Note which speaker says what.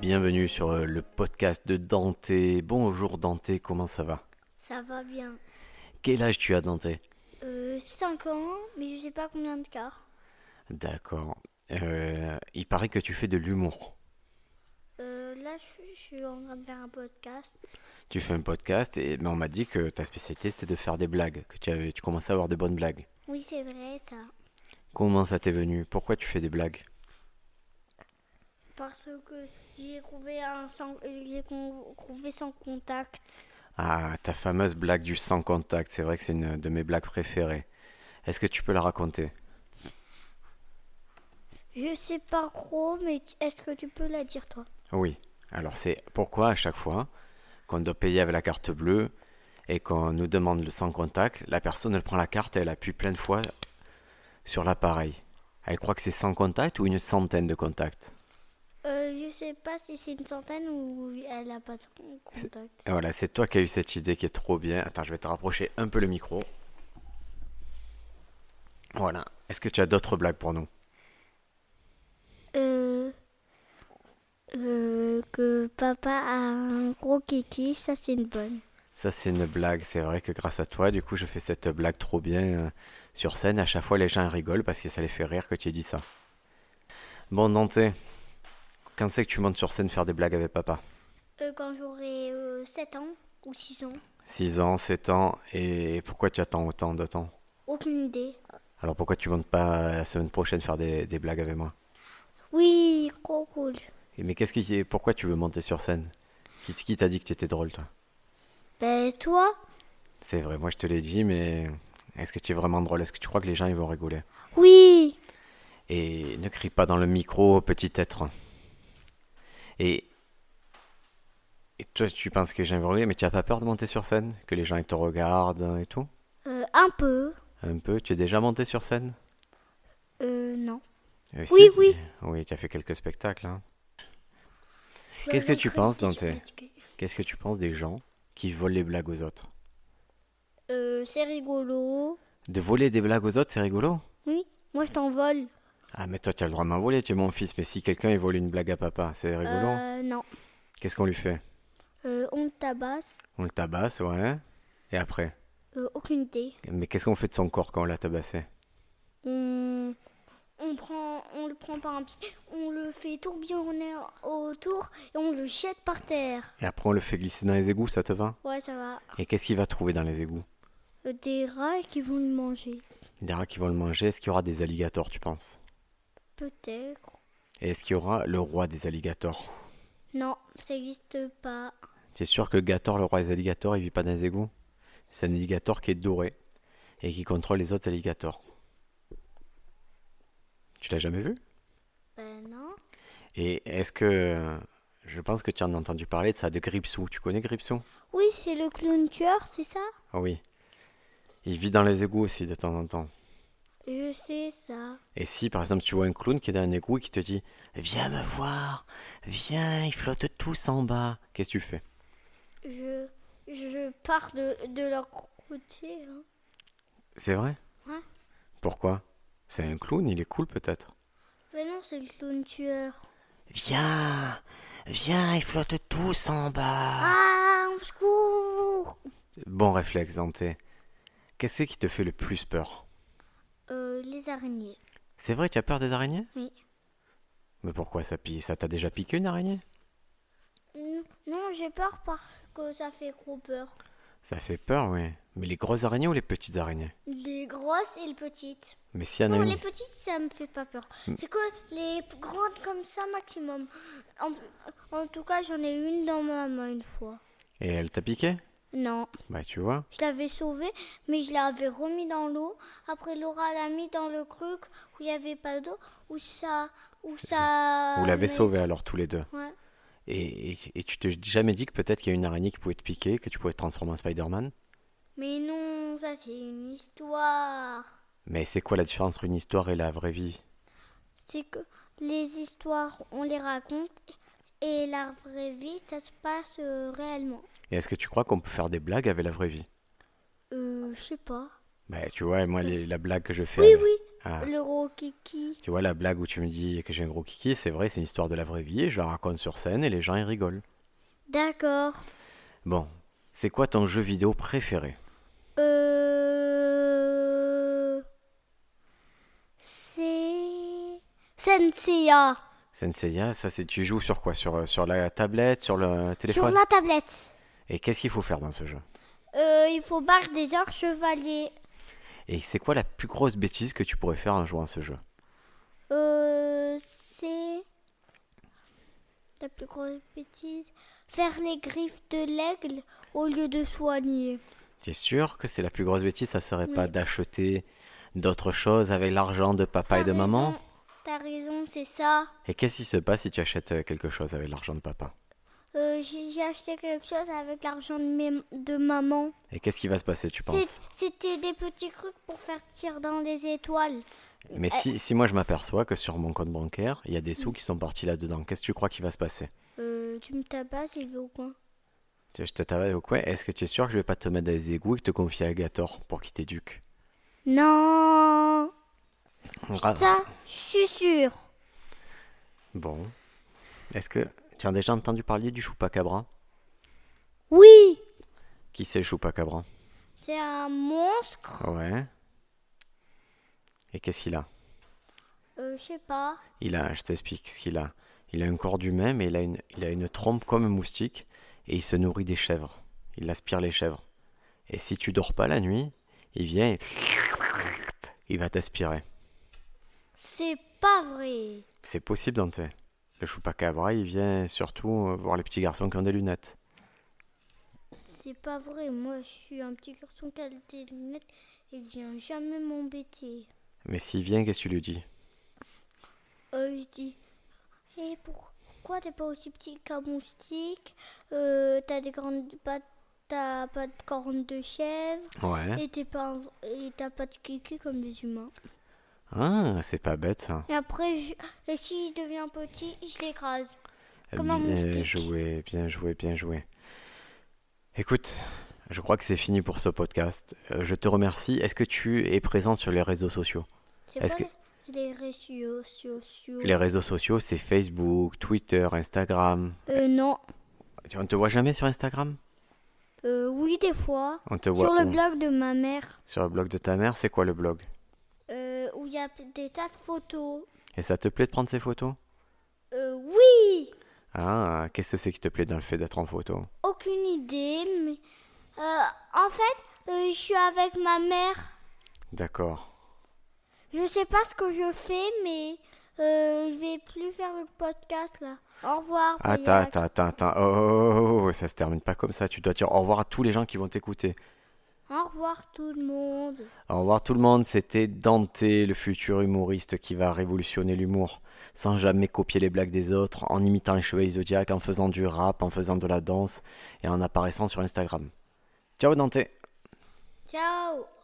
Speaker 1: Bienvenue sur euh, le podcast de Dante. Bonjour Dante, comment ça va
Speaker 2: Ça va bien.
Speaker 1: Quel âge tu as Dante
Speaker 2: 5 ans, mais je sais pas combien de quarts.
Speaker 1: D'accord. Euh, il paraît que tu fais de l'humour.
Speaker 2: Euh, là, je suis- je suis en train de faire un podcast.
Speaker 1: Tu fais un podcast et mais on m'a dit que ta spécialité c'était de faire des blagues, que tu, avais, tu commençais à avoir de bonnes blagues.
Speaker 2: Oui, c'est vrai, ça.
Speaker 1: Comment ça t'est venu Pourquoi tu fais des blagues
Speaker 2: Parce que j'ai trouvé, un sans, euh, j'ai con- trouvé sans contact.
Speaker 1: Ah, ta fameuse blague du sans contact, c'est vrai que c'est une de mes blagues préférées. Est-ce que tu peux la raconter
Speaker 2: Je sais pas trop, mais tu- est-ce que tu peux la dire, toi
Speaker 1: Oui. Alors c'est pourquoi à chaque fois qu'on doit payer avec la carte bleue et qu'on nous demande le sans contact, la personne elle prend la carte et elle appuie plein de fois sur l'appareil. Elle croit que c'est sans contact ou une centaine de contacts.
Speaker 2: euh, Je sais pas si c'est une centaine ou elle a pas de con-
Speaker 1: C'est-
Speaker 2: contact.
Speaker 1: Et voilà, c'est toi qui as eu cette idée qui est trop bien. Attends, je vais te rapprocher un peu le micro. Voilà. Est-ce que tu as d'autres blagues pour nous
Speaker 2: Euh, euh, que papa a un gros kiki, ça c'est une bonne.
Speaker 1: Ça, c'est une blague. C'est vrai que grâce à toi, du coup, je fais cette blague trop bien euh, sur scène. À chaque fois, les gens rigolent parce que ça les fait rire que tu aies dit ça. Bon, Dante, quand c'est que tu montes sur scène faire des blagues avec papa
Speaker 2: Euh, quand j'aurai 7 ans ou 6 ans,
Speaker 1: 6 ans, 7 ans, et pourquoi tu attends autant de temps
Speaker 2: aucune idée.
Speaker 1: Alors, pourquoi tu montes pas euh, la semaine prochaine faire des, des blagues avec moi
Speaker 2: Oui, trop cool.
Speaker 1: Et Mais qu'est-ce qui, pourquoi tu veux monter sur scène Qui, qui t'a dit que tu étais drôle, toi
Speaker 2: Ben toi
Speaker 1: C'est vrai, moi, je te l'ai dit, mais est-ce que tu es vraiment drôle Est-ce que tu crois que les gens, ils vont rigoler
Speaker 2: Oui.
Speaker 1: Et ne crie pas dans le micro, petit être. Et... et toi, tu penses que j'aime rigoler, mais tu as pas peur de monter sur scène Que les gens ils te regardent et tout
Speaker 2: Euh, un peu.
Speaker 1: Un peu Tu es déjà monté sur scène
Speaker 2: Euh, non.
Speaker 1: Euh,
Speaker 2: Oui,
Speaker 1: si,
Speaker 2: oui.
Speaker 1: Oui, tu as fait quelques spectacles. hein. Qu'est-ce que tu penses, Dante Qu'est-ce que tu penses des gens qui volent les blagues aux autres
Speaker 2: Euh, c'est rigolo.
Speaker 1: De voler des blagues aux autres, c'est rigolo
Speaker 2: Oui, moi je t'envole.
Speaker 1: Ah, mais toi, tu as le droit de m'en voler, tu es mon fils, mais si quelqu'un il vole une blague à papa, c'est rigolo.
Speaker 2: Euh, non.
Speaker 1: Qu'est-ce qu'on lui fait
Speaker 2: Euh, on te tabasse.
Speaker 1: On le tabasse, ouais. Et après
Speaker 2: Euh, aucune idée.
Speaker 1: Mais qu'est-ce qu'on fait de son corps quand on l'a tabassé
Speaker 2: On... On, prend, on le prend par un pied, on le fait tourbillonner autour et on le jette par terre.
Speaker 1: Et après, on le fait glisser dans les égouts, ça te va
Speaker 2: Ouais, ça va.
Speaker 1: Et qu'est-ce qu'il va trouver dans les égouts
Speaker 2: Euh, Des rats qui vont le manger.
Speaker 1: Des rats qui vont le manger, est-ce qu'il y aura des alligators, tu penses
Speaker 2: Peut-être.
Speaker 1: Et est-ce qu'il y aura le roi des alligators
Speaker 2: Non, ça n'existe pas.
Speaker 1: C'est sûr que Gator, le roi des alligators, il vit pas dans les égouts C'est un alligator qui est doré et qui contrôle les autres alligators. Tu l'as jamais vu
Speaker 2: Ben non.
Speaker 1: Et est-ce que... Je pense que tu en as entendu parler de ça, de Gripsou. Tu connais Gripsou
Speaker 2: Oui, c'est le clown tueur, c'est ça
Speaker 1: Ah Oui. Il vit dans les égouts aussi de temps en temps.
Speaker 2: Je sais ça.
Speaker 1: Et si par exemple tu vois un clown qui est dans un égout et qui te dit Viens me voir, viens, ils flottent tous en bas, qu'est-ce que tu fais
Speaker 2: Je, je pars de, de leur côté. hein.
Speaker 1: C'est vrai
Speaker 2: Ouais.
Speaker 1: Pourquoi C'est un clown, il est cool peut-être.
Speaker 2: Ben non, c'est le clown tueur.
Speaker 1: Viens, viens, ils flottent tous en bas.
Speaker 2: Ah, on se court
Speaker 1: Bon réflexe, Dante. Qu'est-ce qui te fait le plus peur
Speaker 2: euh, Les araignées.
Speaker 1: C'est vrai, tu as peur des araignées
Speaker 2: Oui.
Speaker 1: Mais pourquoi ça pique Ça t'a déjà piqué une araignée
Speaker 2: Non, non, j'ai peur parce que ça fait trop peur.
Speaker 1: Ça fait peur, oui. Mais les grosses araignées ou les petites araignées
Speaker 2: Les grosses et les petites.
Speaker 1: Mais s'il y en a
Speaker 2: Non,
Speaker 1: une-
Speaker 2: les petites, ça me fait pas peur. C'est que les p- grandes comme ça, maximum. En, en tout cas, j'en ai une dans ma main une fois.
Speaker 1: Et elle t'a piqué
Speaker 2: Non,
Speaker 1: Bah tu vois.
Speaker 2: je l'avais sauvée, mais je l'avais remis dans l'eau. Après, Laura l'a mis dans le cruc où il n'y avait pas d'eau, où ça... Où ça...
Speaker 1: Vous l'avez
Speaker 2: mais-
Speaker 1: sauvée alors tous les deux.
Speaker 2: Ah Ouais.
Speaker 1: Et, et- et tu t'es jamais dit que peut-être qu'il y a une araignée qui pouvait te piquer, que tu pouvais te transformer en Spider-Man
Speaker 2: Mais non, ça c'est une histoire.
Speaker 1: Mais c'est quoi la différence entre une histoire et la vraie vie
Speaker 2: C'est que les histoires, on les raconte et la vraie vie, ça se passe euh, réellement.
Speaker 1: Et est-ce que tu crois qu'on peut faire des blagues avec la vraie vie
Speaker 2: Euh, je sais pas.
Speaker 1: Bah tu vois, moi les- la blague que je fais
Speaker 2: Oui,
Speaker 1: avec,
Speaker 2: oui,
Speaker 1: Ah.
Speaker 2: le gros kiki.
Speaker 1: Tu vois, la blague où tu me dis que j'ai un gros kiki, c'est vrai, c'est une histoire de la vraie vie et je la raconte sur scène et les gens ils rigolent.
Speaker 2: D'accord.
Speaker 1: Bon, c'est quoi ton jeu vidéo préféré
Speaker 2: Euh... C'est... Senseiya.
Speaker 1: Senseiya, ça c'est tu joues sur quoi sur, euh, sur la tablette, sur le
Speaker 2: Sur
Speaker 1: téléphone
Speaker 2: la tablette.
Speaker 1: Et qu'est-ce qu'il faut faire dans ce jeu
Speaker 2: Euh, il faut barre des arts chevaliers.
Speaker 1: Et c'est quoi la plus grosse bêtise que tu pourrais faire en jouant à ce jeu
Speaker 2: Euh, c'est... La plus grosse bêtise. Faire les griffes de l'aigle au lieu de soigner.
Speaker 1: T'es sûr que c'est la plus grosse bêtise Ça serait
Speaker 2: Oui.
Speaker 1: pas d'acheter d'autres choses avec l'argent de papa et de
Speaker 2: T'as
Speaker 1: maman
Speaker 2: raison, T'as raison, c'est ça.
Speaker 1: Et qu'est-ce qui se passe si tu achètes euh, quelque chose avec l'argent de papa
Speaker 2: Euh, J'ai j'ai acheté quelque chose avec l'argent de, mes- de maman.
Speaker 1: Et qu'est-ce qui va se passer, tu
Speaker 2: C'est-
Speaker 1: penses
Speaker 2: C'était des petits trucs pour faire tirer dans les étoiles.
Speaker 1: Mais si, si moi je m'aperçois que sur mon compte bancaire, il y a des sous qui sont partis là-dedans, qu'est-ce que tu crois qui va se passer
Speaker 2: Euh, tu me tabasses, il veut au coin.
Speaker 1: Tu- Je te tabasse au coin, est-ce que tu es sûr que je vais pas te mettre dans les égouts et te confier à Gator pour qu'il t'éduque
Speaker 2: Non
Speaker 1: Ra-
Speaker 2: Ça, je suis sûre.
Speaker 1: Bon. Est-ce que tu as déjà entendu parler du Chupacabra
Speaker 2: Oui
Speaker 1: Qui c'est le Chupacabra
Speaker 2: C'est un monstre
Speaker 1: Ouais. Et qu'est-ce qu'il a
Speaker 2: euh, Je sais pas.
Speaker 1: Il a, je t'explique ce qu'il a. Il a un corps d'humain, mais il a, une, il a une trompe comme un moustique, et il se nourrit des chèvres. Il aspire les chèvres. Et si tu dors pas la nuit, il vient et... Il va t'aspirer.
Speaker 2: C'est pas vrai.
Speaker 1: C'est possible, Dante. Le chupacabra, il vient surtout euh, voir les petits garçons qui ont des lunettes.
Speaker 2: C'est pas vrai. Moi, je suis un petit garçon qui a des lunettes. Il vient jamais m'embêter.
Speaker 1: Mais s'il vient, qu'est-ce que tu lui dis
Speaker 2: Euh, je dis Et pourquoi t'es pas aussi petit qu'un moustique euh, T'as des grandes pattes. T'as pas de cornes de chèvre
Speaker 1: Ouais.
Speaker 2: et t'es pas un- et t'as pas de kiki comme les humains.
Speaker 1: Ah, c'est pas bête, ça.
Speaker 2: Et après, je... et s'il devient petit, je l'écrase. Comme un
Speaker 1: Eh Bien
Speaker 2: moustique.
Speaker 1: joué, bien joué, bien joué. Écoute, je crois que c'est fini pour ce podcast. Euh, je te remercie. Est-ce que tu es présent sur les réseaux sociaux
Speaker 2: C'est
Speaker 1: Est-ce
Speaker 2: quoi les réseaux sociaux
Speaker 1: Les réseaux sociaux, c'est Facebook, Twitter, Instagram.
Speaker 2: Euh, non.
Speaker 1: Tu- On te voit jamais sur Instagram
Speaker 2: Euh, oui, des fois.
Speaker 1: On te voit
Speaker 2: Sur le
Speaker 1: où
Speaker 2: blog de ma mère,
Speaker 1: sur le blog de ta mère. C'est quoi le blog
Speaker 2: euh, où il y a des tas de photos.
Speaker 1: Et ça te plaît de prendre ces photos
Speaker 2: Euh, oui
Speaker 1: Ah, qu'est-ce que c'est qui te plaît dans le fait d'être en photo
Speaker 2: Aucune idée, mais... euh, en fait, euh, je suis avec ma mère.
Speaker 1: D'accord.
Speaker 2: Je sais pas ce que je fais, mais euh, je vais plus faire le podcast, là. Au revoir.
Speaker 1: Attends,
Speaker 2: Briac.
Speaker 1: attends, attends, attends. Oh, oh, oh, oh, oh, ça se termine pas comme ça. Tu dois dire au revoir à tous les gens qui vont t'écouter.
Speaker 2: Au revoir, tout le monde.
Speaker 1: Au revoir tout le monde, c'était Dante, le futur humoriste qui va révolutionner l'humour, sans jamais copier les blagues des autres, en imitant les chevaliers zodiaques, en faisant du rap, en faisant de la danse et en apparaissant sur Instagram. Ciao Dante
Speaker 2: Ciao